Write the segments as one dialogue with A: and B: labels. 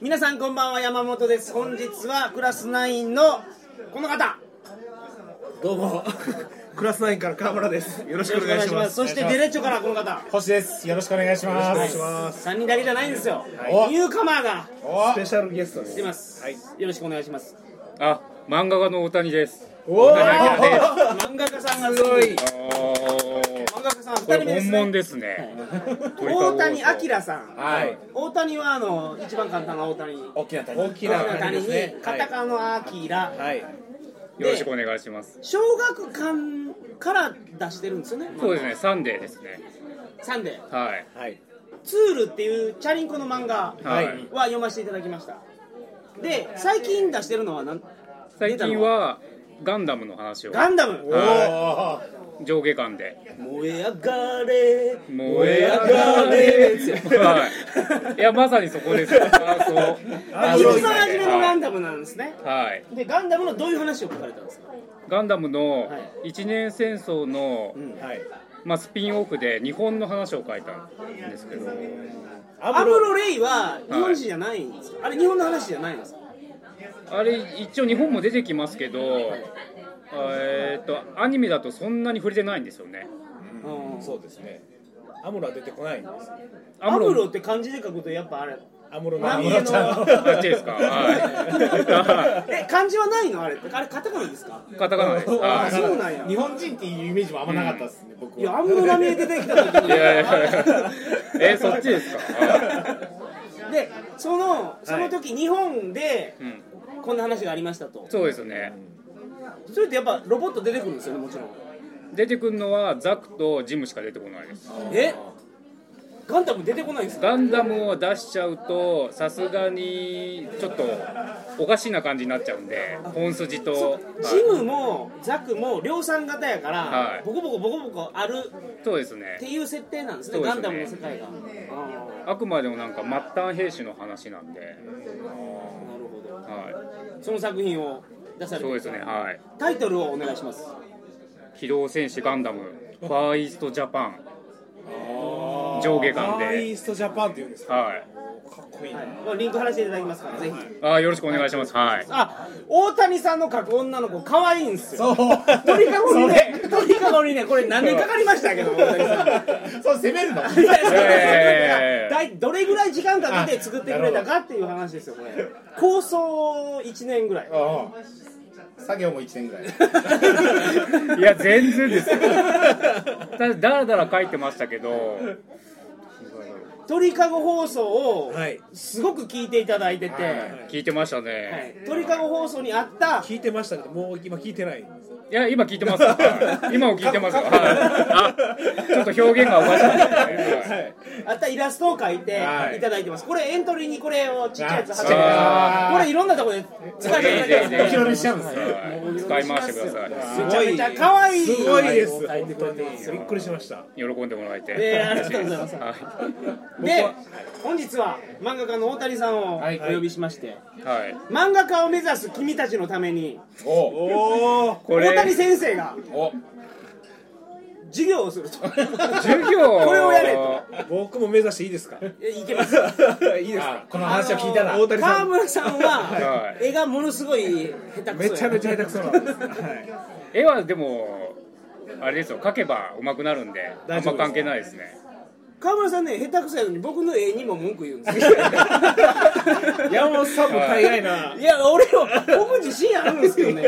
A: 皆さんこんばんは山本です本日はクラス9のこの方
B: どうもクラスナインから河村ですよろしくお願いします
A: そしてデレッチョからこの方
C: 星です。よろしくお願いします。
B: お願いします
A: 3人だけじゃないんですよ、
C: はい
A: ニューカマーが
C: お
B: スペシャルゲストで
A: 来て
B: す
A: ます、よろしくお願いします
D: あ、漫画家の大谷です。
C: お
D: 大谷明です。
A: 漫画家さんがすごい漫画家さん
D: こ
A: 2人目
D: れ
A: です、
D: 本
A: ね
D: 物ですね。
A: 大谷明さん
C: はい。
A: 大谷はあの一番簡単な大谷
C: 大きな谷。大き
A: 大谷
C: 谷
A: に、カタカのアキラ
C: はい。
D: よろしくお願いします。
A: 小学館から出してるんですよね
D: そうですね、サンデーですね。
A: サンデー
D: はい。
C: はい。
A: ツールっていうチャリンコの漫画
D: はい。
C: はい
A: は読ませていただきましたで最近出してるのはなん
D: 最近はガンダムの話を
A: ガンダム
C: お
D: は
C: お。
D: い上下巻で。
A: 燃え上がれ
D: 燃え
A: 上がれ
D: はい。いや、まさにそこです。あそう。
A: 一番初めのガン
D: ダ
A: ダムなんですね
D: ム。はい。
A: でガンダムのどういう話を書かれたんですか
D: ガンダムの
A: はい
D: 一年戦争の、
C: はい。
D: まあ、スピンオフで日本の話を書いたんですけど。
A: アムロレイは日本人じゃないんですか、あれ日本の話じゃないんですか
D: あれ一応日本も出てきますけど、えーっとアニメだとそんなに触れてないんですよね。
A: うん
C: そうですね。アムロは出てこないんです。
A: アムロって漢字で書くとやっぱあれ
C: アムロの。
A: 波
C: アム
A: 江
C: ロ
A: の
C: ちゃんの
D: あっちですか。は
A: え漢字はないのあれってあれカタカナですか
D: い。カタカナです。
A: あ
D: は
A: そうなんや
C: 日本人っていうイメージもあんまなかったですね。僕
A: いや
C: は。
A: アムロラミエ出てきた時
D: い。
A: に
D: いやいやいや。えそっちですか。は
A: でそのその時、日本で
D: い。うん。
A: こんな話がありましたと
D: そうですね。
A: それってやっぱロボット出てくるんですよねもちろん
D: 出てくるのはザクとジムしか出てこないです。
A: えガンダム出てこないんですか
D: ガンダムを出しちゃうとさすがにちょっとおかしな感じになっちゃうんで本筋と。
A: そう
D: はい
A: ジムもザクも量産型やから、
D: はい
A: ボコボコボコボコある
D: そうですね
A: っ。ていう設定なんですね
D: そうで
A: ガ
D: す
A: ン
D: ね
A: ダムの世界があ
D: あくまでもなんか末端兵士の話なん
A: あ
D: で。
A: なるほど
D: は
A: その作品を出さ
D: い、
A: れ
D: そ
A: て
D: うですね、はい。
A: タイトルをお願いします
D: 機動戦士ガンダム、ファーイーストジャパン。
C: あー
D: 上下巻で
C: ファーイーストジャパンっていうんですか。
D: はい。
C: かっこいいな。
A: はいまあ、リンク貼らせていただきますからぜひ
D: あーよろしくお願いします。はい。
A: あ大谷さんの描く女の子可愛いんですよ
C: そう。
A: 鳥かごにね
C: それ
A: 鳥かごにねこれ何年かかりましたけど大谷さん
C: そう攻めるの。
A: いやいやいや
D: えー
A: だいどれぐらい時間かけて作ってくれたかっていう話ですよこれ構想1年ぐらい
C: ああ 作業も1年ぐらい
D: いや、全然ですよ。ただ、だらだら書いてましたけど、
A: 鳥かご放送を
C: はい
A: すごく聞いていただいてて、
C: はい
D: 聞いてました
A: はい
D: ね。、
A: 鳥かご放送にあった
C: 聞いてましたけどもう今聞いてない
D: いや、今聞いてます。はい今も聞いてます。はい。あ、ちょっと表現がおかしかったですね。はい
A: あったイラストを描いて
C: はい
A: いただいてます、これエントリーにこれをちっちゃいやつ貼って
D: あ
A: これいろんなところで使えていただいてます
C: お披露目しちゃうんですよ
D: はい使い回してください。
A: めちゃめちゃ可愛い
C: すごいです
A: 名前を書いてくれてますよ
C: びっくりしました
D: 喜んでもらえて。
A: ねありがとうございます
D: は
A: で本日は漫画家の大谷さんをお呼びしまして、
D: い。はい。
A: 漫画家を目指す君たちのために
C: おお
D: これ
A: 大谷先生が
D: お
A: 授業をすると
D: 授業
A: これをやれと
C: 僕も目指していいですかい
A: えいけ ます
C: いですかこの
A: 話を聞いたら
C: 大谷さ
A: 川
C: ん
A: 村さんは
D: はい
A: 絵がものすごい下手くそや
C: めちゃめちゃ下手くそなんです、は
D: 絵はでもあれですよ描けば上手くなるんであ
C: 大丈夫で
D: ん
C: す
D: ま関係ないですね
A: 川村さんね下手くそやのに僕の絵にも文句言うんですよ
C: い、山本さんも大概な、
A: いや俺は僕自信あるんですけどね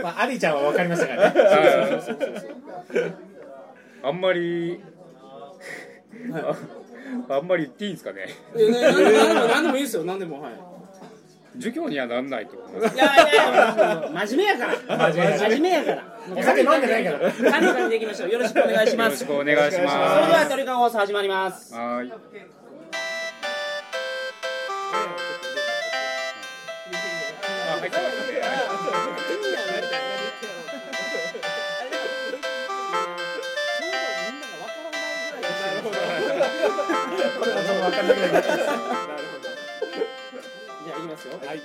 C: まあ、アリちゃんは分かりましたからね
D: あんまり ああんまり言っていいんですかね
A: いやね何でも何でもいいですよ何でもはい
D: 授業にはなんないと思います
A: いやいやいやもう真面目やから
C: 真面目
A: 真面目やから
C: お酒飲んでないから
A: 金管でいきましょうよろしくお願いし
D: よ
A: ま
D: ろ
A: す
D: し
A: そ
D: くお願いし
C: よろしくお願いし
A: れで
D: ま
A: はトリカゴ放送始まります
D: すはいあ入ってますね
C: これはもう分かんなくなりました
A: じゃあいきますよ
C: はい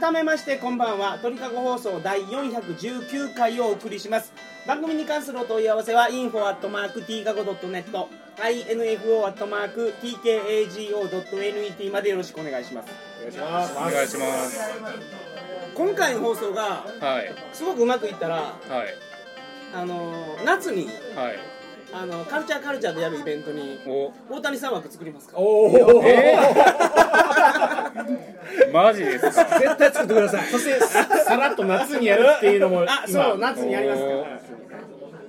A: 改めましてこんばんは鳥かご放送第419回をお送りします番組に関するお問い合わせは info at mark tkago.net info.tkago.net までよろしくお願いします
B: お願いします
D: お願いします
A: 今回の放送が
D: はい
A: すごくうまくいったら
D: はい
A: あのー夏に
D: はい
A: あのカルチャーカルチャーでやるイベントに
D: お
A: 大谷さん枠作りますか
C: おお、
D: えーマジです か
C: 絶対作ってください。そしてさらっと夏にやるっていうのも
A: あ
C: 今
A: そう夏にやりますから
D: おー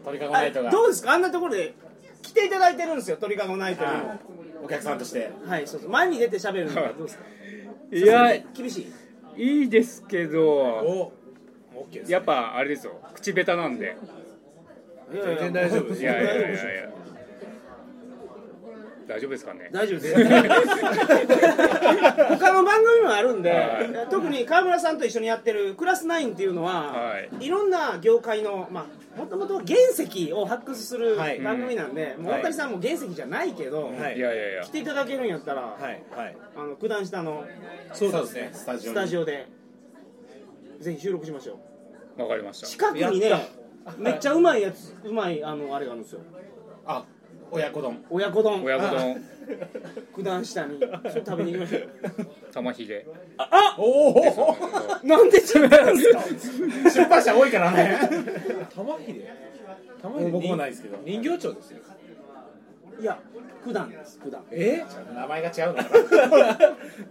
C: 取り囲ま
A: あ
C: ないとが
A: どうですかあんなところで来ていただいてるんですよ鳥かごナイトにも
C: お客さんとして。
A: はいそうそう前に出て喋るのはどうですか
D: いやい
A: 厳しい
D: いですけど
C: お、オッケーです。
D: やっぱあれですよ口下手なんで
A: 全
C: 全然大丈夫で
D: い
C: す。
D: やいやいやいや大丈夫ですかね
A: 大丈夫です他の番組もあるんで、
D: は
A: 特に川村さんと一緒にやってるクラス9っていうのは、、
D: はい
A: ろんな業界のまあもともと原石を発掘する
C: はい
A: 番組なんで、もう大谷さんも原石じゃないけど、
C: はい
D: いやいやいや
A: 来ていただけるんやったら、
C: はいはい。
A: あの九段下の
C: そうですね。スタジオ
A: ス
C: に。
A: タジオでぜひ収録しましょう
D: わかりました
A: 近くにね
C: やっ
A: めっちゃうまいやつうまいあのあれがあるんですよ
C: あ、親子丼。
A: 親子丼
D: 親子丼
A: 九段下にそれ食べに行きましょう
D: 玉ひげ
C: おお。
A: なんで違うんですか
C: 出版社多いからね。玉ひで。玉ひで。
B: 僕もないですけど
C: 人形町ですよ。
A: いや九段です九段
B: え
C: 名前が違うのか な。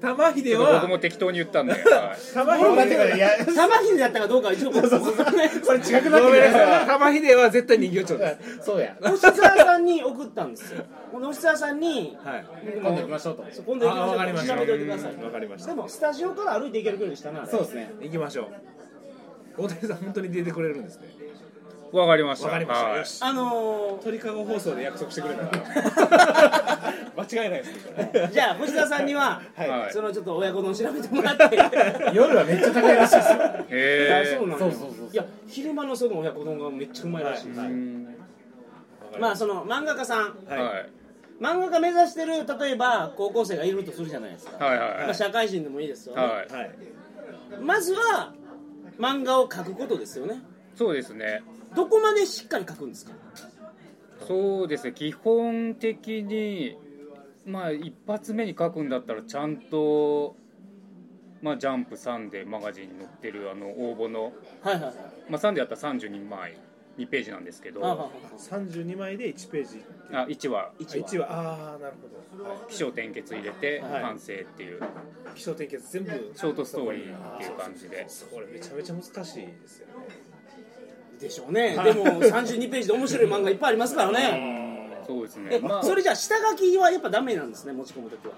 B: 玉秀
D: 僕
B: は
D: も適当に言ったんで、はい
C: 玉ひで。待ってくださいいや。
A: 玉ひでだったかどうかは一応僕も
C: これ違くな
B: ご
C: ってく
B: めんな
C: る
B: さい玉秀は絶対人形町です
C: そうや。
A: 吉沢さんに送ったんですよこの吉沢さんに
B: はい
C: 今度行きましょうと。
A: 今度行き
B: あわかり
A: ま
B: ま
A: し
B: し
A: ょ
B: た
A: う調べておいてください
B: わかりました
A: でもスタジオから歩いて行ける距離でしたな
C: そうですね。
B: 行きましょう大谷さん本当に出てくれるんですね
D: わかりました
B: わかりました
D: はい
B: よし
A: あの
B: 鳥かご放送で約束してくれたから 間違いないですねこれ
A: ーじゃあ星田さんには、
D: はい
A: そのちょっと親子丼調べてもらって
C: 夜はめっちゃ高いらしいですよ。
A: あ
D: へ
A: そうなんだ
C: そうそうそうそう
A: いや昼間のその親子丼がめっちゃうまいらしいです、
D: えうん
A: まあその漫画家さん
D: はいはい
A: 漫画家目指してる例えば高校生がいるとするじゃないですか、
D: はい
A: まあ、社会人でもいいですよ、ね
D: はい
B: はい
A: まずは漫画を描くことですよね
D: そうですね
A: どこまでしっかり描くんですか
D: そうですね基本的にまあ一発目に書くんだったらちゃんとまあジャンプサンデーマガジンに載ってるあの応募の
A: はいはいはい
D: まあサンデーだったら32枚2ページなんですけど
A: あああ
D: あ
B: 32枚で1ページ
D: 1話
A: 一
B: 1
A: 話
B: 話ああなるほど、はい
D: 起承転結入れて
B: はい
D: 完成っていう
B: 起承転結全部
D: ショートストーリーっていう感じで
B: それめちゃめちゃ難しいですよね
A: でしょうねでも32ページで面白い漫画いっぱいありますからね
D: そうですね
A: え
D: まあ
A: それじゃあ下書きはやっぱダメなんですね持ち込む時は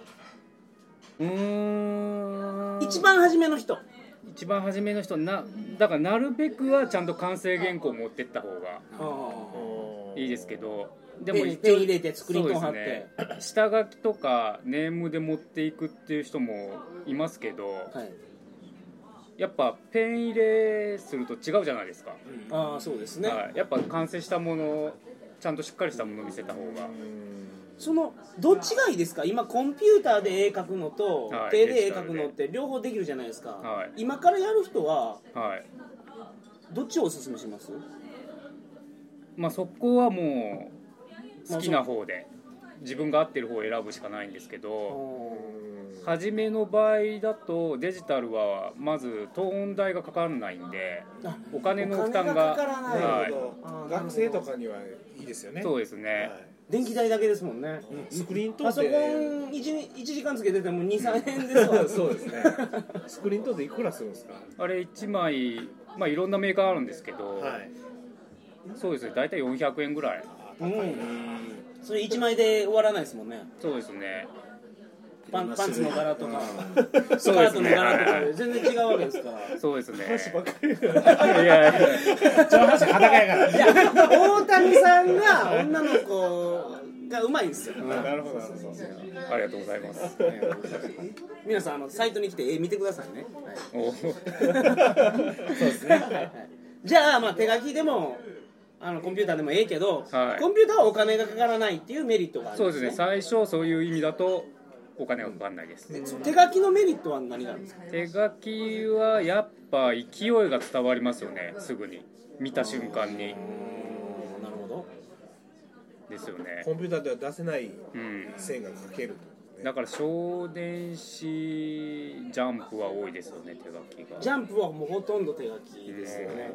D: うーん
A: 一番初めの人
D: 一番初めの人なだからなるべくはちゃんと完成原稿を持ってった方がいいですけどで
A: ペンペン入れて作り込んはって
D: そうですね下書きとかネームで持っていくっていう人もいますけど、
A: はい
D: やっぱペン入れすると違うじゃないですか、
A: ああそうですね、
D: はいやっぱ完成したものちゃんとしっかりしたものを見せた方が
A: そのどっちがいいですか今コンピューターで絵描くのと、
D: はい
A: 手で絵描くのって両方できるじゃないですか、
D: はい
A: 今からやる人は
D: はい
A: どっちをおすすめします
D: まあそこはもう好きな方で自分が合ってる方を選ぶしかないんですけど、初めの場合だとデジタルはまず等音代がかからないんで
A: あ
D: お金の
A: お
D: 負担
A: 金
D: が
A: がかからない
D: は
A: あー
B: 学生とかにはいいですよね
D: そうですね、
A: 電気代だけですもんね
B: はいスクリーント
A: パ
B: ー
A: ソコン
B: ン
A: 1, 一時間つけてても23円 です わ
B: そうです ねスクリーントーンでいくらするんですか
D: あれ1枚まあいろんなメーカーあるんですけど、
B: はい
D: そうですね大体400円ぐらい
A: うん、それ1枚で終わらないですもんね
D: そうですね
A: パンパンツの柄とか、ス
D: そう
A: カー
D: です
A: トの
D: ね
A: 柄とかで全然違うわけですから
D: そうですね
B: り
D: いやいや
C: 上半身裸や から。
A: いや大谷さんが女の子がうまいんですよ
B: なるほどなるほど
D: ありがとうございます
A: 皆さんあのサイトに来て絵見てくださいね、はい
D: お
A: そうですね、はいはい、じゃあまあ手書きでもあのコンピューターでもええけど、
D: はい
A: コンピューターはお金がかからないっていうメリットがある
D: そうですね最初そういう意味だとお金がかかんないです
A: すね手書きのメリットは何があるんですか
D: 手書きはやっぱ勢いが伝わりますよねすぐに見た瞬間に
A: なるほど
D: ですよね
B: コンピューターでは出せない
D: うん
B: 線が書けると、
D: だから小電子ジャンプは多いですよね手書きが
A: ジャンプはもうほとんど手書きですよね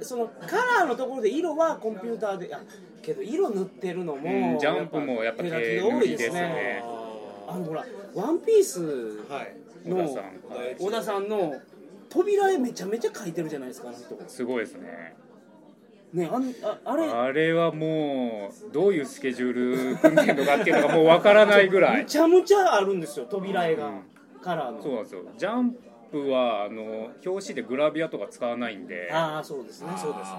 B: う
A: そのカラーのところで色はコンピューターであけど色塗ってるのも、
D: うんジャンプもやっぱ
A: 手書きが多いです
D: 手塗りです
A: ね
D: ね
A: あのほら「ワンピース
B: はい
A: の
D: 小田さんはい
A: 小田さんの扉絵めちゃめちゃ描いてるじゃないですかあの人
D: すごいですね
A: ねあんああれ
D: あれはもうどういうスケジュール組んでんのかっていうのがもうわからないぐら
A: む
D: い
A: ちゃむちゃあるんですよ扉絵が、
D: うん
A: カラーの
D: そうなんですよジャンプはあの表紙でグラビアとか使わないんで
A: ああそうですね
B: そうです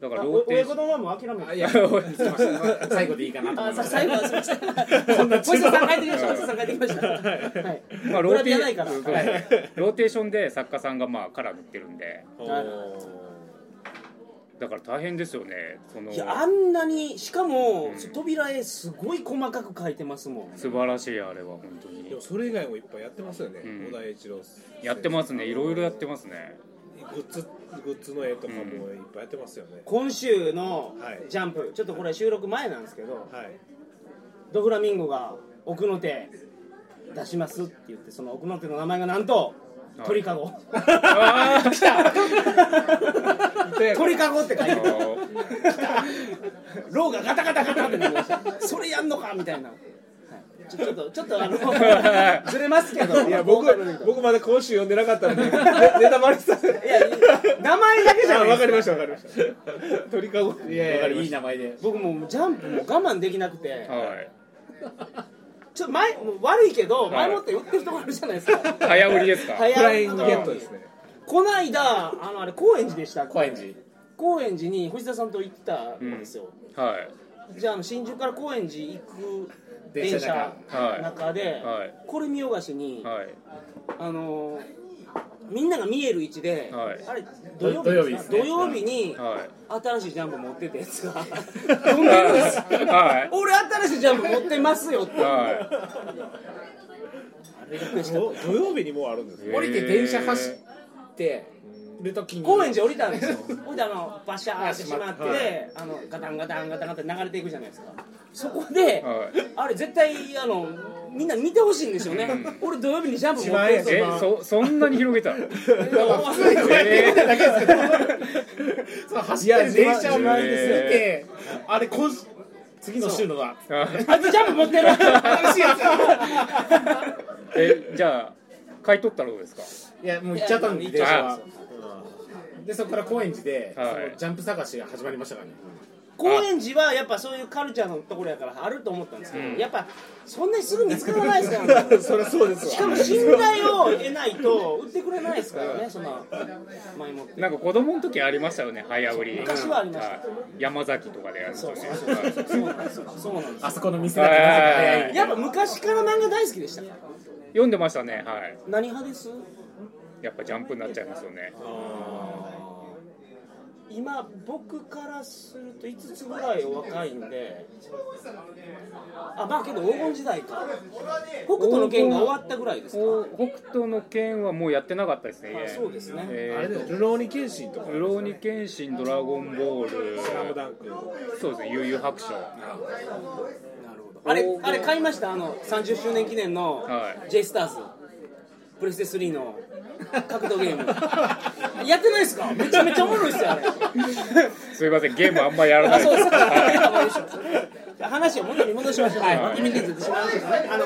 D: だから
A: あ
D: ロー
A: お
D: テ
A: 親
D: ーシ
A: 子
D: ョン
A: 丼はもう諦めて
C: いや最後でいいかなと思
A: あ
C: い
A: さ
C: ます
A: 最後はすいません。こんな中途半端に。お医者さん帰ってきました。お医者さん帰ってきました。はい。
D: まあロ
A: グ
D: ー
A: ラビ
D: テ
A: アないから。
D: そう
A: は
D: そう
A: い。
D: ローテーションで作家さんがまあカラー塗ってるんで
B: ね
A: はい
D: だから大変ですよねその
A: いやあんなにしかも、
D: うん
A: 扉絵すごい細かく描いてますもん。
D: 素晴らしいあれは本当に
B: でもそれ以外もいっぱいやってますよね、
D: うん
B: 小田栄一郎
D: やってますねいろいろやって
B: ま
D: ます ね
B: すグッズグッズの絵とかもいっぱいやってますよね、
A: 今週の
B: はい
A: ジャンプ、ちょっとこれ収録前なんですけど、
B: はい
A: ドフラミンゴが奥の手出しますって言ってその奥の手の名前がなんと
D: はい
A: 鳥かご。
D: あー
A: 来た。
B: やから
A: 鳥かごって書い
D: あ
A: てある。
D: の
A: ローがガタガタガタってなりましたそれやんのかみたいな、はい、ちょちょっとちょっとあのずれますけど
B: いや僕僕まだ今週読んでなかったので ねネタバレさせ
A: いやいや名前だけじゃ
B: あ
A: ない
B: わかり
A: で
B: ますしたわかりました鳥かごわか
C: いやいやいい
B: りま
C: 名前で
A: 僕もうジャンプも我慢できなくて
D: はい
A: ちょっと前もう悪いけど
D: い
A: 前もって言ってるところあるじゃないですか
D: 早売りですか
A: 早
B: したフライングゲッ
A: あ
B: ト
A: の
B: ですね
A: この間あのあれ高円寺でした
C: 高円寺
A: 高円寺に藤田さんと行ったんですよ、
D: はい
A: じゃああの新宿から高円寺行く
C: 電
A: 電
C: 車
A: 車
D: はい
A: 中で、
D: はい
A: これ見よがしに、
D: はい
A: あのーみんなが見える位置で、
D: はい
A: あれ土曜日
C: 土曜日ですね
A: 土曜日に、
D: はい
A: 新しいジャンプ持ってたやつ が飛んでるんです、
D: はい
A: 俺新しいジャンプ持ってますよって、
D: は
A: あれが嬉しかっ
B: 土土曜日にもうあるんです
D: い
B: ね
C: 降りて電車走ってる時
A: た
C: に
A: 高円寺降りたんですよ ほいであのバシャーって閉まって、
B: は
A: あのガタンガタンガタンガタン流れていくじゃないですかそこで、
D: はい
A: あれ絶対あのみんな見てほしいんですよね、俺土曜日にジャンプ持ってるぞ
D: えそそんなに広げた の
C: えーだけですけどそう走ってる電車を
D: い
C: 見
D: や
C: てあれ今週次の週のは
A: あいつジャンプ持ってる
C: 新しいや
D: えじゃあ買い取ったらどうですか
C: ついやもう行っちゃったんで
A: いや
C: 電車は
D: あ
C: でそこから高円寺でそ
D: はい
C: のジャンプ探しが始まりましたからね
A: 高円寺はやっぱそういうカルチャーのところやからあると思ったんですけど、やっぱそんなにすぐ見つからないですから ね
B: そりゃそうですわ
A: しかも信頼を得ないと売ってくれないですからねその前もって
D: なんか子供の時ありましたよね早売り
A: 昔はありました
D: い山崎とかでやると
A: そう
D: ね
A: そうそうそうなんですよそうなんですよ
C: あそこの店だけなぜか早い
A: やっぱ昔から漫画大好きでしたから
D: 読んでましたねはい
A: 何派です
D: やっぱジャンプになっちゃいますよね
A: 今僕からすると5つぐらいお若いんであまあけど黄金時代か北斗の拳が終わったぐらいですか
D: お北斗の拳はもうやってなかったですね
A: あそうですね
D: えー
B: あれだよルローニケンシンとか
D: ルローニケンシン、ドラゴンボール、
B: スラムダンク
D: そうですね、悠々白書、
A: なるほどあれあれ買いましたあの30周年記念の
D: は
A: J スターズプレステ3の格闘ゲー ムやってないですかめちゃめちゃおもろいっすよあれ
D: すいません、ゲームあんまやらな
A: あ
D: い
A: そうですか
D: はい
A: やばいでしょじゃあ話を元に戻しましょう、
D: はい
A: イメージしてしまうんですねあの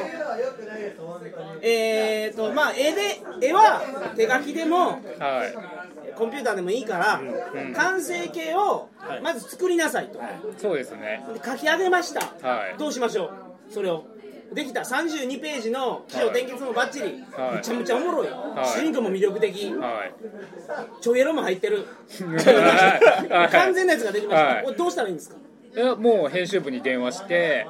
A: えーとまあ絵で絵は手書きでも
D: はい、
A: コンピューターでもいいから、完成形をまず作りなさいと、
D: そうですね、
A: で書き上げました、
D: はい
A: どうしましょうそれをできた32ページの起承転結もバッチリ、
D: はい
A: めちゃめちゃおもろい、
D: い
A: 主人公も魅力的、
D: はい、
A: ちょいエロも入ってる
D: はい
A: 完全なやつができました、
D: はい
A: これどうしたらいいんですか
D: えもう編集部に電話して、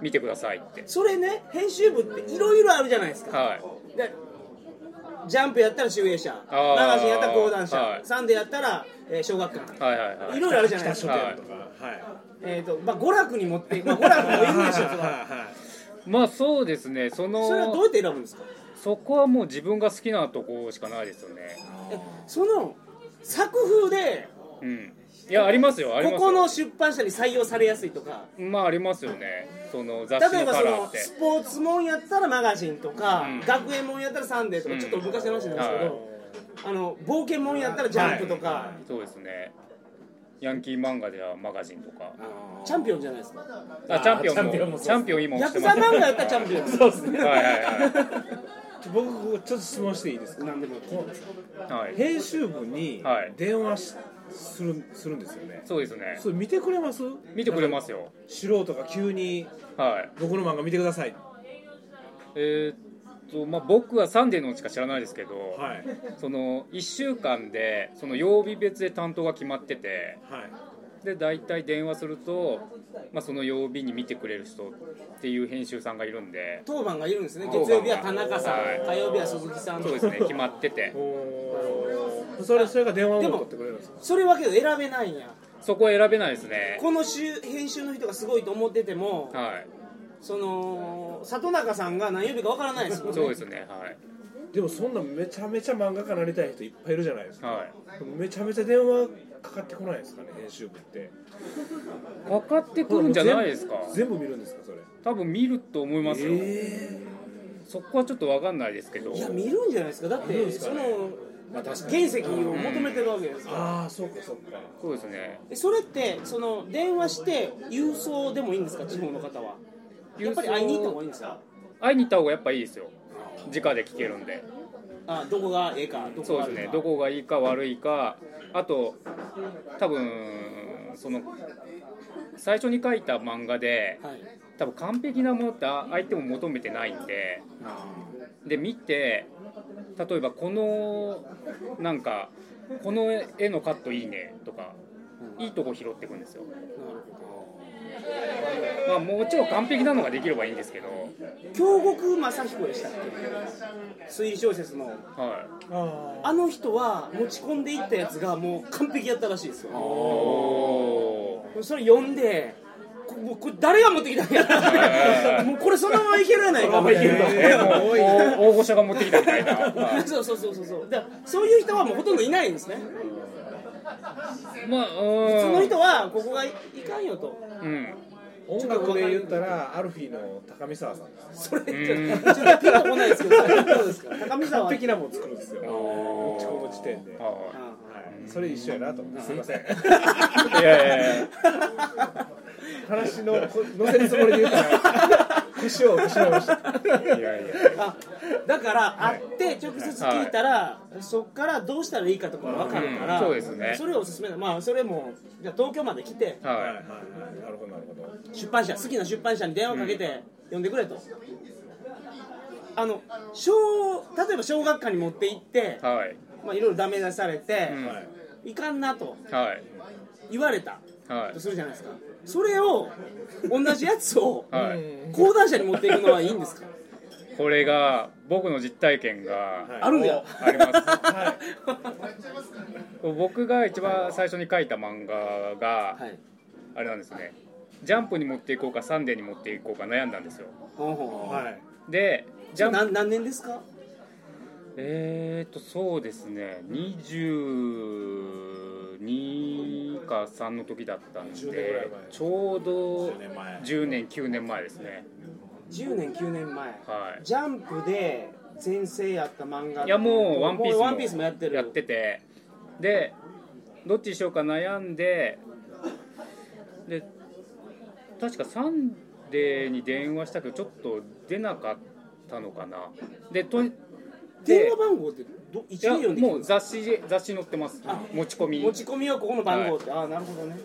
D: 見てくださいって、
A: それね編集部っていろいろあるじゃないですか、
D: はい、
A: でジャンプやったら集英社
D: あー
A: マガジンやったら講談社、
D: はい
A: サンデーやったら、えー小学館、
D: はいはいはいい、
A: ろいろあるじゃないですか、
D: はい
B: とかはい
A: えーとまあ、娯楽に持って、まあ、娯楽もいるでしょそれは
B: は
D: まあそうですね、その
A: それはどうやって選ぶんですか
D: そこはもう自分が好きなとこしかないですよね、
A: えその作風で
D: うん、いやありますよあり
A: こ
D: ますよ
A: この出版社に採用されやすいとか
D: まあありますよねその雑誌
A: 例えば
D: のカ
A: そ
D: ラー
A: の
D: って
A: スポーツもんやったらマガジンとか、
D: うん
A: 学園もんやったらサンデーとか、
D: うん
A: ちょっと昔の話なんですけど、あの冒険もんやったらジャンプとか、
D: そうですねヤンキー漫画ではマガジンとか
A: チャンピオンじゃないですか
D: あチャンピオンもチ
C: チャンピオンも
A: ヤ
C: そう
D: ャンピオン今押して
A: ク
D: ま
A: ザ
D: す
A: 漫画やったらチャンピオンそうですね
D: はいはいは
C: 僕ここちょっと質問していいですか
A: 何でもいい
C: こ
D: いは
C: う
D: い
C: 編集部に
D: はい
C: 電話しするするんですよね
D: そうですね
C: それ見てくれます
D: 見てくれますよ
C: 素人が急に
D: はい
C: 僕の漫画見てください
D: えーっとまあ僕はサンデーのうちか知らないですけど
C: はい
D: その1週間でその曜日別で担当が決まってて
C: はい
D: で大体電話すると、まあ、その曜日に見てくれる人っていう編集さんがいるんで
A: 当番がいるんですね
D: 当番
A: 月曜日は田中さん、
D: はい
A: 火曜日は鈴木さん
D: そうです ね決まってて
C: おそれそれが電話を取ってくれるんですか
A: それはけど選べないんや
D: そこは選べないですね
A: この週編集の人がすごいと思ってても、
D: はい
A: その里中さんが何曜日かわからないですもんね
D: そうですねはい
C: でもそんなめちゃめちゃ漫画家なりたい人いっぱいいるじゃないですか
D: はい
C: めちゃめちゃ電話かかってこないですかね編集部って
D: かかってくるんじゃないですか
C: 全部見るんですかそれ
D: 多分見ると思いますよ、
C: え
D: そこはちょっと分かんないですけど
A: いや見るんじゃないですかだって、その原石を求めてるわけです
C: ー、
A: から、
C: ああそうかそうか
D: そうですね
A: えそれってその電話して郵送でもいいんですか地方の方はやっぱり会いに行った方がいいんですか
D: 会いに行った方がやっぱいいですよ直で聞けるんで
A: あどこがええかどこ
D: そう
A: が
D: で
A: 悪
D: す
A: いか
D: ねどこがいいか悪いかあと多分その最初に書いた漫画で
A: はい
D: 多分完璧なものって相手も求めてないんでで見て例えばこのなんかこの絵のカットいいねとかいいとこ拾っていくんですよ、まあ、もちろん完璧なのができればいいんですけど、
A: 京極正彦でしたっけ推理小説の
D: は
C: あ
A: あの人は持ち込んでいったやつがもう完璧やったらしいです
D: い、
A: よ
D: お
A: それ読んでこもうこれ誰が持ってきたん
D: は
A: や
D: い
A: もうこれそのままいけるやないかみたいな
D: ーえーもう大大御所が持ってきたみたいな、はい
A: そうそうそうそうそうだからそういう人はもうほとんどいないんですね
D: まあ
A: その
D: う
A: 人はここがいかんよと
D: ん、うん、
C: 音楽で言ったらアルフィーの高見沢さんが
A: それちょ
D: ん
A: っとピンとこないですけどどうですか高見沢
C: 完
A: は
C: 璧なもん作るんですよ持ち込む時点で、は
D: はい
C: い、それ一緒やなと思ってすいません
D: いやいやいや
C: 話のこ乗せるつもりで言ったら腰を失いました
D: いやいや
A: あだから会って直接聞いたら、そこからどうしたらいいかとか分かるから、
D: うんそうですね
A: それをおすすめだまあそれもじゃあ東京まで来て
C: はい
D: は
C: はいはいなるほどなるほど
A: 出版社好きな出版社に電話かけて呼んでくれと、あの小例えば小学館に持って行って、
D: いはい
A: まあ、いろいろダメ出されて
D: う、ん
C: はい
A: いかんなと
D: はい
A: 言われた
D: は
A: と
D: い
A: するじゃないですかそれを同じやつを
D: はい
A: 講談社に持っていくのはいいんですか
D: これが僕の実体験
C: は
D: が
C: い
A: あるんだよ
D: あります、
C: は
D: 僕が一番最初に書いた漫画が
A: はい
D: あれなんですね「ジャンプ」に持っていこうか「サンデー」に持っていこうか悩んだんですよ
A: ほうほうほう
C: はい
D: でジ
A: じゃ
D: ャ
A: あ
D: ン
A: 何
D: プ
A: 何年ですか
D: えーっとそうですね22か3の時だったん
C: 10年ぐらい
D: で
C: 前
D: ちょうど
C: 10年前
D: 10年9年前ですね
A: 10年9年前、
D: はい
A: ジャンプで全盛やった漫画
D: いやもうワンピースも
A: もワンピースもやってる
D: やっててでどっちにしようか悩んでで確かサンデーに電話したけどちょっと出なかったのかなでと
A: 電話番号ってど
D: いや
A: 1年4で
D: もう雑誌で雑誌に載ってます
A: あ
D: 持ち込み
A: 持ち込みはここの番号って、ああなるほどねは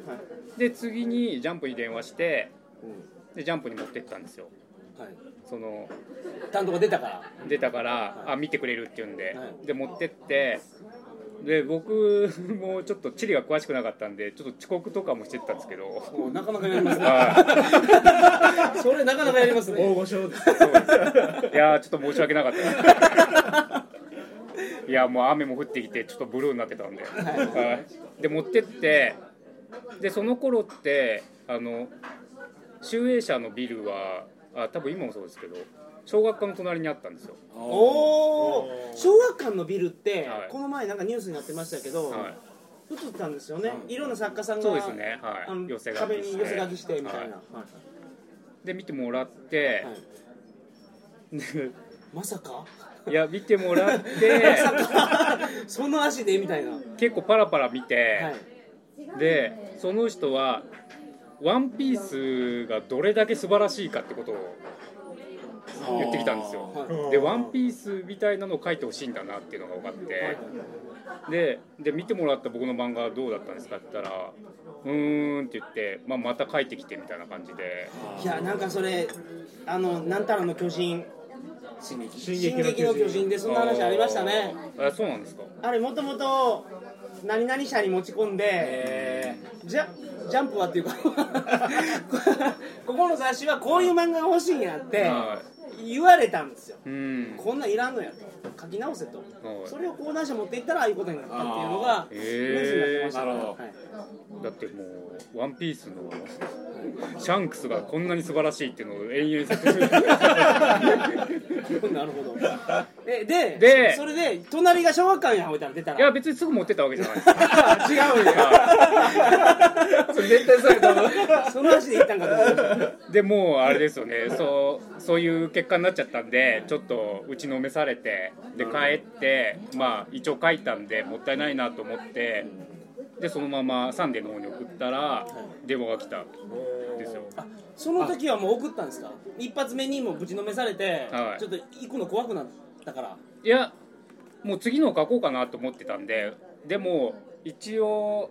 A: い、
D: で次にジャンプに電話して
A: う
D: でジャンプに持ってったんですよ
A: んはい、
D: その
A: 担当が出たから
D: 出たからあ見てくれるって言うんで、
A: はい
D: で持ってってで僕もちょっと地理が詳しくなかったんでちょっと遅刻とかもしてたんですけど
A: もうなかなかやります
D: は
A: ねそれなかなかやります
C: 大
A: ね
C: 御所です
D: そうですいやーちょっと申し訳なかったですいやもう雨も降ってきてちょっとブルーになってたんで、はいで持ってってでその頃ってあの集英社のビルはあ多分今もそうですけど小学校の隣にあったんですよ
A: おお小学館のビルって、
D: はい
A: この前なんかニュースになってましたけど、
D: はい
A: 映ったんですよね、
B: うん
A: いろんな作家さんが
D: そうですねはい
A: あの
D: 寄せ書き
A: 壁に
D: して
A: 寄せ書きしてみたいな、
D: は
A: はい
D: で見てもらって、
A: はいまさか
D: いや見ても らって
A: その足でみたいな、は
D: 結構パラパラ見て、
A: い、
D: でその人は「ワンピースがどれだけ素晴らしいかってことを言ってきたんですよ
A: あー
B: はい
D: で「ワンピースみたいなのを書いてほしいんだなっていうのが分かってでで見てもらった僕の漫画はどうだったんですかって言ったら「うーん」って言って、まあ、また書いてきてみたいな感じで
A: いやなんかそれあのなんたらの巨人
B: 進撃
A: 進撃の巨人でそんな話ありましたね
D: あーあそうなんですか
A: あれもともと何々社に持ち込んでじゃジャンプはっていうか ここの雑誌はこういう漫画が欲しいんやって
D: は
A: 言われたんですよ
D: うん
A: こんなんいらんのやと書き直せと
D: い
A: それを講談社持っていったらああいうことになったっていうのが
D: あー
A: ニュースになってました
B: へーな
A: ね
B: るほど
A: はい
D: だってもう「ワンピースのシャンクスがこんなに素晴らしいっていうのを延々説明して
A: なるほどでで
D: で
A: それで隣が小学館や置いたら出たら
D: いや別にすぐ持ってったわけじゃないです
A: 違うん や。それ絶対それその足で行ったんかと思いました。
D: でもうあれですよねそうそういう結果になっちゃったんでちょっと打ちのめされてで帰ってまあ一応書いたんでもったいないなと思ってでそのままサンデーの方に送ったら電話が来たんですよ
A: あその時はもう送ったんですか。一発目にもうぶちのめされて、
D: はい
A: ちょっと行くの怖くなったから。
D: いやもう次のを書こうかなと思ってたんででも一応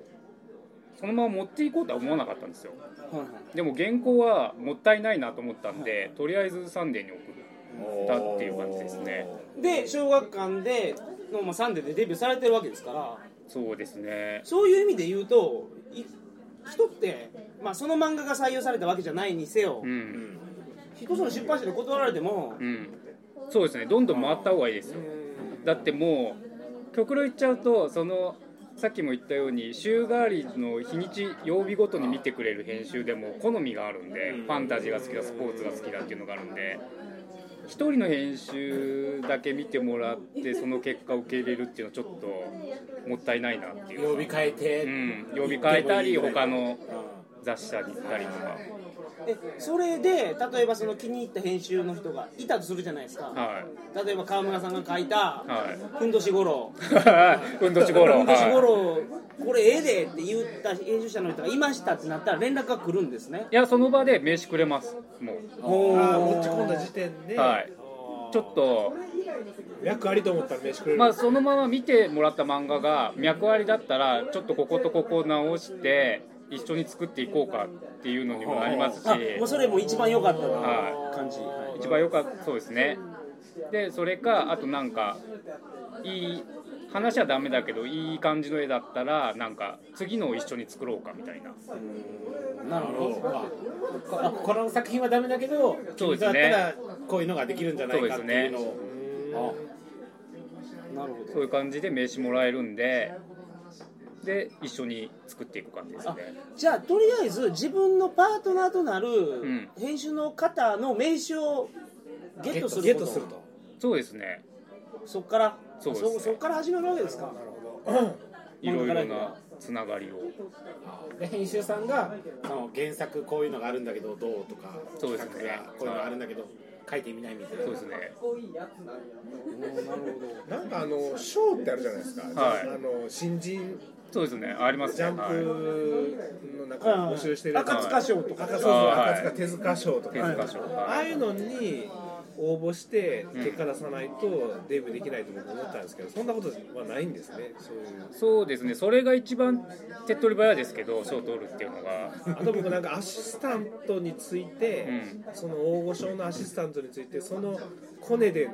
D: そのまま持っていこうとは思わなかったんですよ
A: はいはい
D: でも原稿はもったいないなと思ったんでとりあえずサンデーに送ったっていう感じですね
A: で小学館でのまあサンデーでデビューされてるわけですから、
D: そうですね
A: そういう意味で言うと、い人ってまあその漫画が採用されたわけじゃないにせよ、
D: うん
A: 一つの出版社で断られても、
D: うん、そうですねどんどん回った方がいいですよだってもう極論言っちゃうとそのさっきも言ったように週替わりの日にち曜日ごとに見てくれる編集でも好みがあるんでファンタジーが好きだスポーツが好きだっていうのがあるんで一人の編集だけ見てもらってその結果を受け入れるっていうのはちょっともったいないなっていう
B: 呼び替えて、
D: うん呼び替えたり他の
B: う
D: 雑誌社に行ったりとか
A: えそれで例えばその気に入った編集の人がいたとするじゃないですか、
D: は
A: 例えば川村さんが書いた
D: いはい
A: 「ふんどし五郎」「
D: はい運動しご
A: ふ
D: ろ
A: んどし五郎これええで」って言った編集者の人がいましたってなったら連絡が来るんですね
D: いやその場で名刺くれますも
A: お
C: ああ持ち込んだ時点で、
D: うはいちょっと
C: 脈ありと思ったら飯くれる、
D: まあそのまま見てもらった漫画が脈ありだったらちょっとこことここ直して一緒に作っていこうかっていうのにもなりますし
A: あもうそれも一番良かった
D: は
A: な感じ、はい
D: 一番良かったそうですねでそれかあとなんかいい話はダメだけどいい感じの絵だったらなんか次のを一緒に作ろうかみたいな
A: なるほど
B: こあこの作品はダメだけど
D: そうです
B: 君
D: ね
B: とだったらこういうのができるんじゃないかっていうのを
A: なるほど
D: そういう感じで名刺もらえるんでで一緒に作っていく感じです
A: あ
D: ね
A: じゃあとりあえず自分のパートナーとなる
D: ん
A: 編集の方の名刺をゲットすること
B: ゲットすると
D: そうですね
A: そっから
D: そうですね
A: そそっから始まるわけですか
D: いろいろなつながりを
B: で編集さんがその原作こういうのがあるんだけどどうとか
D: そうですね
B: 企画がこういうのがあるんだけど書いてみないみたいな
D: そうですね
C: なんかあのショーってあるじゃないですか、
D: はい
C: あの新人
D: そうですねあります
C: ジ
D: ね
C: ャン
D: はい
C: プのなんか募集してるやつ
A: 赤塚賞とか
C: 赤そうそう
D: はい
C: 赤塚手塚賞とか、
D: 手塚賞
C: あ
D: は
C: あ
D: い
C: いうのに応募して結果出さないとデビューできないと僕思ったんですけどそんなことはないんですねそういう
D: そうですねそれが一番手っ取り早いですけど賞を取るっていうのが
C: あと僕なんかアシスタントについて、その大御所のアシスタントについてそのコネで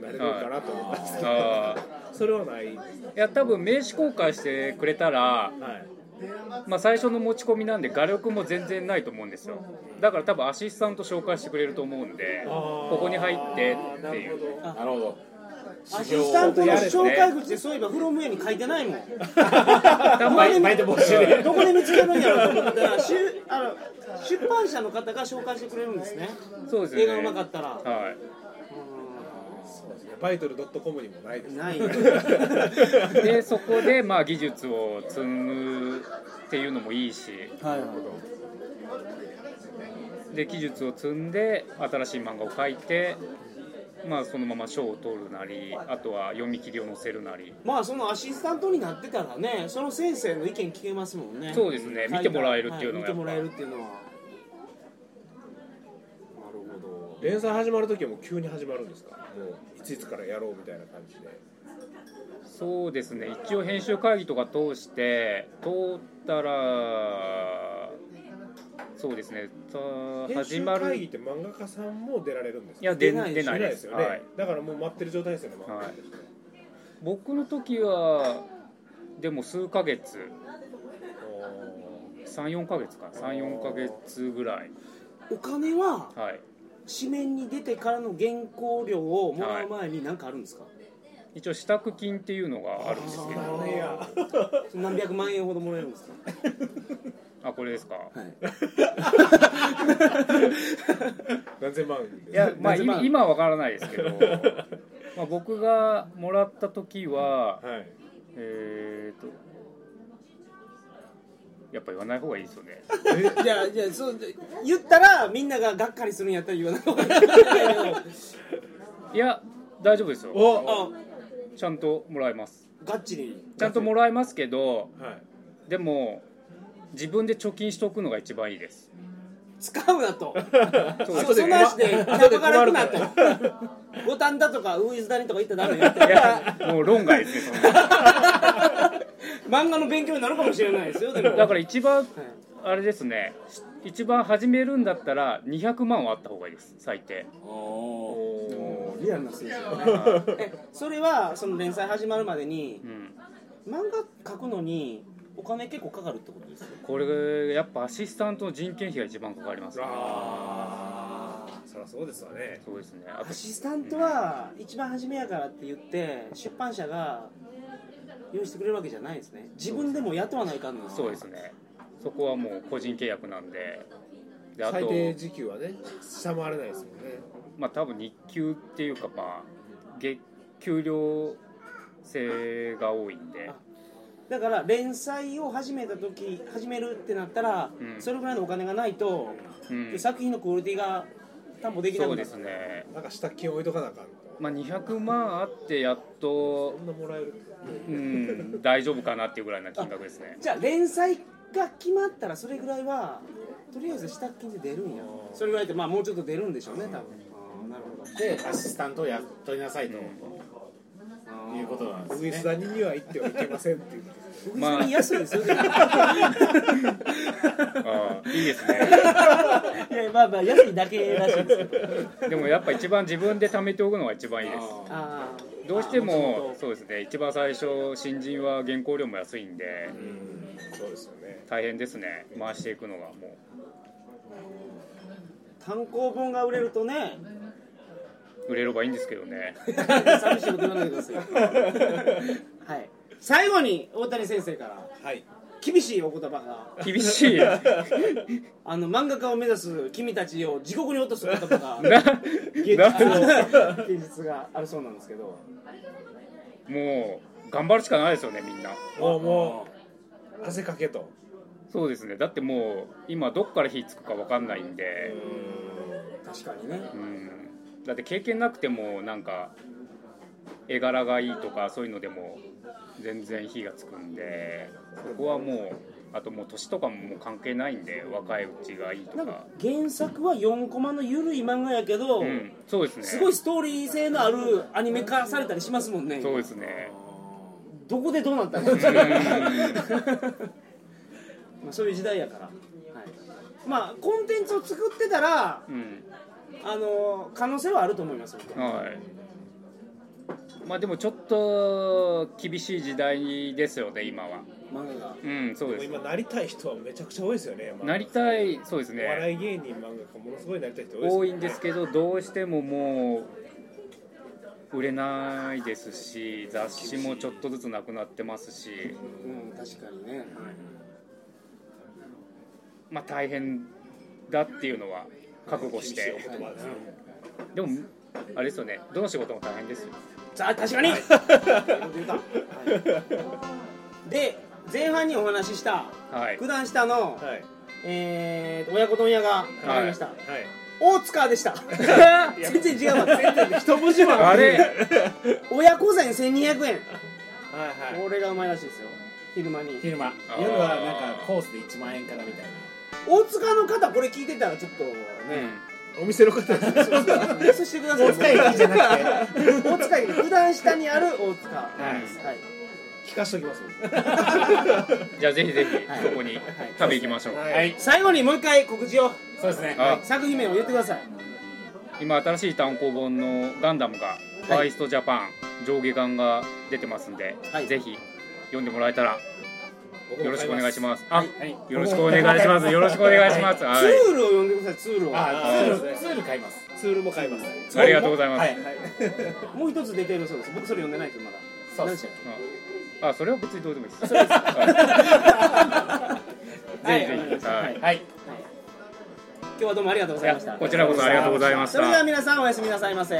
C: なれるかなと思ったんですけど、
D: あ
C: それはないは
D: ーいや多分名刺公開してくれたら、
C: い
D: まあ、最初の持ち込みなんで画力も全然ないと思うんですよだから多分アシスタント紹介してくれると思うんでここに入ってっていう
B: なるほど
A: アシスタントの紹介口でそういえばフロムウェイに書いて ないもん。バイ
B: バイト募集で
A: どこで見つけるんやろうと思ったら、しゅあの出版社の方が紹介してくれるんですね。
D: そうですね
A: 映画うまかったら。
D: はい
C: バイトル .com にもないです
A: ない
D: でそこでまあ技術を積むっていうのもいいし
A: はい
D: で技術を積んで新しい漫画を描いて、まあ、そのまま賞を取るなりあとは読み切りを載せるなり
A: まあそのアシスタントになってたらねその先生の意見聞けますもんね
D: そうですね見てもらえるっていうの
A: は見て
D: がやっ
A: もらえ
D: ぱ
A: るっていうのはなるほど
C: 連載始まる時はもう急に始まるんですかもういついつからやろうみたいな感じで
D: そうですね一応編集会議とか通して通ったらそうですねた
C: 編
D: 始
C: 集
D: まる
C: 会議
D: い
C: って漫画家さんも出られるんですか
D: や出
A: 出
D: 出
A: な
D: ないい
A: で
D: で
A: し
D: す
A: ょ
C: ですよね、
D: はい、
C: だからもう待ってる状態ですよね漫画家として
D: 僕の時はでも数ヶ月34ヶ月か34ヶ月ぐらい
A: お金は
D: はい
A: 紙面に出てからの原稿料をもらう前に何かあるんですか、
D: 一応支度金っていうのがあるんですけ
A: あ
D: ど
A: ー
C: いや
A: それ何百万円ほどもらえるんですか
D: あこれですか
A: はい
C: 何千万円
D: いやまあ
A: 何千万
D: 今今は分からないですけどまあ僕がもらった時は
C: はい
D: えー、とやっぱ言わない方がいいですよね
A: いやいやそう言ったらみんなががっかりするんやったら言わない方がいい
D: いや大丈夫ですよ
A: あ
C: お
D: ちゃんともらえます
A: ガッチリ
D: ちゃんともらえますけど
C: はい
D: でも自分で貯金しておくのが一番いいです
A: 使うなと
D: そう
A: そそんな足で
C: 後で
A: 客が楽なと五反田とかウイズダニとか行ったらダメよって
D: いやもう論外ですねそんな
A: 漫画の勉強になるかもしれないですよでも
D: だから一番
A: はい
D: あれですね一番始めるんだったら200万はあった方がいいです最低
A: おーリアルな数字だねえそれはその連載始まるまでに
D: うん
A: 漫画書くのにお金結構かかるってことですよ
D: これやっぱアシスタントの人件費が一番かかりますね
C: ああそりゃそうですわね
D: そうですねあと
A: アシスタントは一番初めやからって言って出版社が用意してくれるわけじゃないですね自分でも雇わないかんのよ
D: そうですねそこはもう個人契約なんでであ
C: 最
D: と
C: 低時給はね下回れないですもんね
D: まあ多分日給っていうかまあ月給料制が多いんで
A: あだから連載を始めた時始めるってなったら、
D: うん
A: それぐらいのお金がないと、
D: うん
A: 作品のクオリティが担保できな
D: そ
A: く
D: う
A: な
D: で
A: る
D: すね
C: なんか支度金置いとかなあかんと
D: まあ200万あってやっと
C: そんなもらえる
D: うん大丈夫かなっていうぐらいな金額ですね
A: じゃあ連載が決まったらそれぐらいはとりあえず下金で出るんやそれぐらいってまあもうちょっと出るんでしょうね多分あーなるほど
E: でアシスタントを雇いなさいと、
A: あー
E: いうことなんです
C: ウイスダニには行ってはいけませんっていう
A: 僕
D: まあ
A: それ安いですよ、でも
D: ああいいですね
A: いやまあまあ安いだけらしいん ですけど
D: でもやっぱ一番自分で貯めておくのが一番いいです
A: あー
D: どうして
A: あー元
D: も
A: 々
D: そうですね一番最初新人は原稿料も安いんで
C: そうですよね
D: 大変ですね回していくのがも
A: 単行本が売れると ね
D: う売れればいいんですけど ね
A: 寂しいこと言わないでください はい最後に大谷先生から
C: はい
A: 厳しいお言葉が
D: 厳しい
A: あの漫画家を目指す君たちを地獄に落とす言葉が 現
D: な
A: 実
D: な
A: あの現実があるそうなんですけど
D: もう頑張るしかないですよねみんな
C: もうもう汗かけと
D: そうですねだってもう今どっから火つくか分かんないんで
A: 確かにね
D: うんだって経験なくてもなんか絵柄がいいとかそういうのでも全然火がつくんでそこはもうあともう年とかももう関係ないんで若いうちがいいと
A: な
D: か
A: んか原作は4コマの緩い漫画やけど、
D: うんそうですね
A: すごいストーリー性のあるアニメ化されたりしますもんね
D: そうですね
A: どこでどうなった のまあそういう時代やから、はい、まあコンテンツを作ってたら
D: うん
A: あの可能性はあると思います僕は
D: はいまあでもちょっと厳しい時代ですよね今は
A: 漫画が
D: うんそう
C: も
D: で
C: う
D: す
C: 今なりたい人はめちゃくちゃ多いですよね
D: なりたいそうです
C: お笑
D: ね
C: い芸人漫画家ものすごいなりたい人
D: 多
C: 多い
D: いんですけどどうしてももう売れないですし雑誌もちょっとずつなくなってますし
A: うん確かにね、
D: まあ大変だっていうのは覚悟して
C: 言葉ですね
D: でもあれですよねどの仕事も大変ですよ
A: さあ確かに、 で前半にお話しした
D: はい
A: 九段下の、
C: はい
A: えー、親子問屋が分かりました、
C: はい
A: 大塚でした全然違うわ
C: 一文字は
D: あれ
A: 親子膳1200円
C: はいはい
A: これがうまいらしいですよ昼間に
E: 昼間
D: あー
E: 夜はなんかコースで1万円からみたい
A: 大塚の方これ聞いてたらちょっと
D: う
A: ね
D: ん
C: お店の方です
A: レスしてください
E: な大塚駅じゃなくて
A: 大塚駅九段下にある大塚
D: い
A: はい
C: 聞かしとき ます
D: じゃあぜひぜひ
A: はい
D: そこに食べ行きましょう、
E: はい
A: 最後にもう一回告知を
E: そうですね
D: あ
A: 作品名を言ってください
D: 今新しい単行本のガンダムが「ファイストジャパン」上下巻が出てますんで、
A: はい
D: ぜひ読んでもらえたらよろしくお願いします。あ、
E: はい
D: よろしくお願いします。よろしくお願いします。は
A: ツ
D: い、
A: ールを呼んでくださいツールを
E: あ
C: ー
E: ー
C: そう
E: ツー
C: で
E: ル
C: す
E: ツール買います
C: ツールも買います
D: ありがとうございます。
E: はい
A: もう一つ出てるそうです僕それ読んでないですまだ
E: そうです
A: 何でし
D: ああ、それは別にどうでもいいです。
A: たっけ
D: ぜひぜひ
A: はい
D: はい
E: はい
A: 今日はどうもありがとうございました
D: こちらこそありがとうございました。
A: それでは皆さんおやすみなさいませ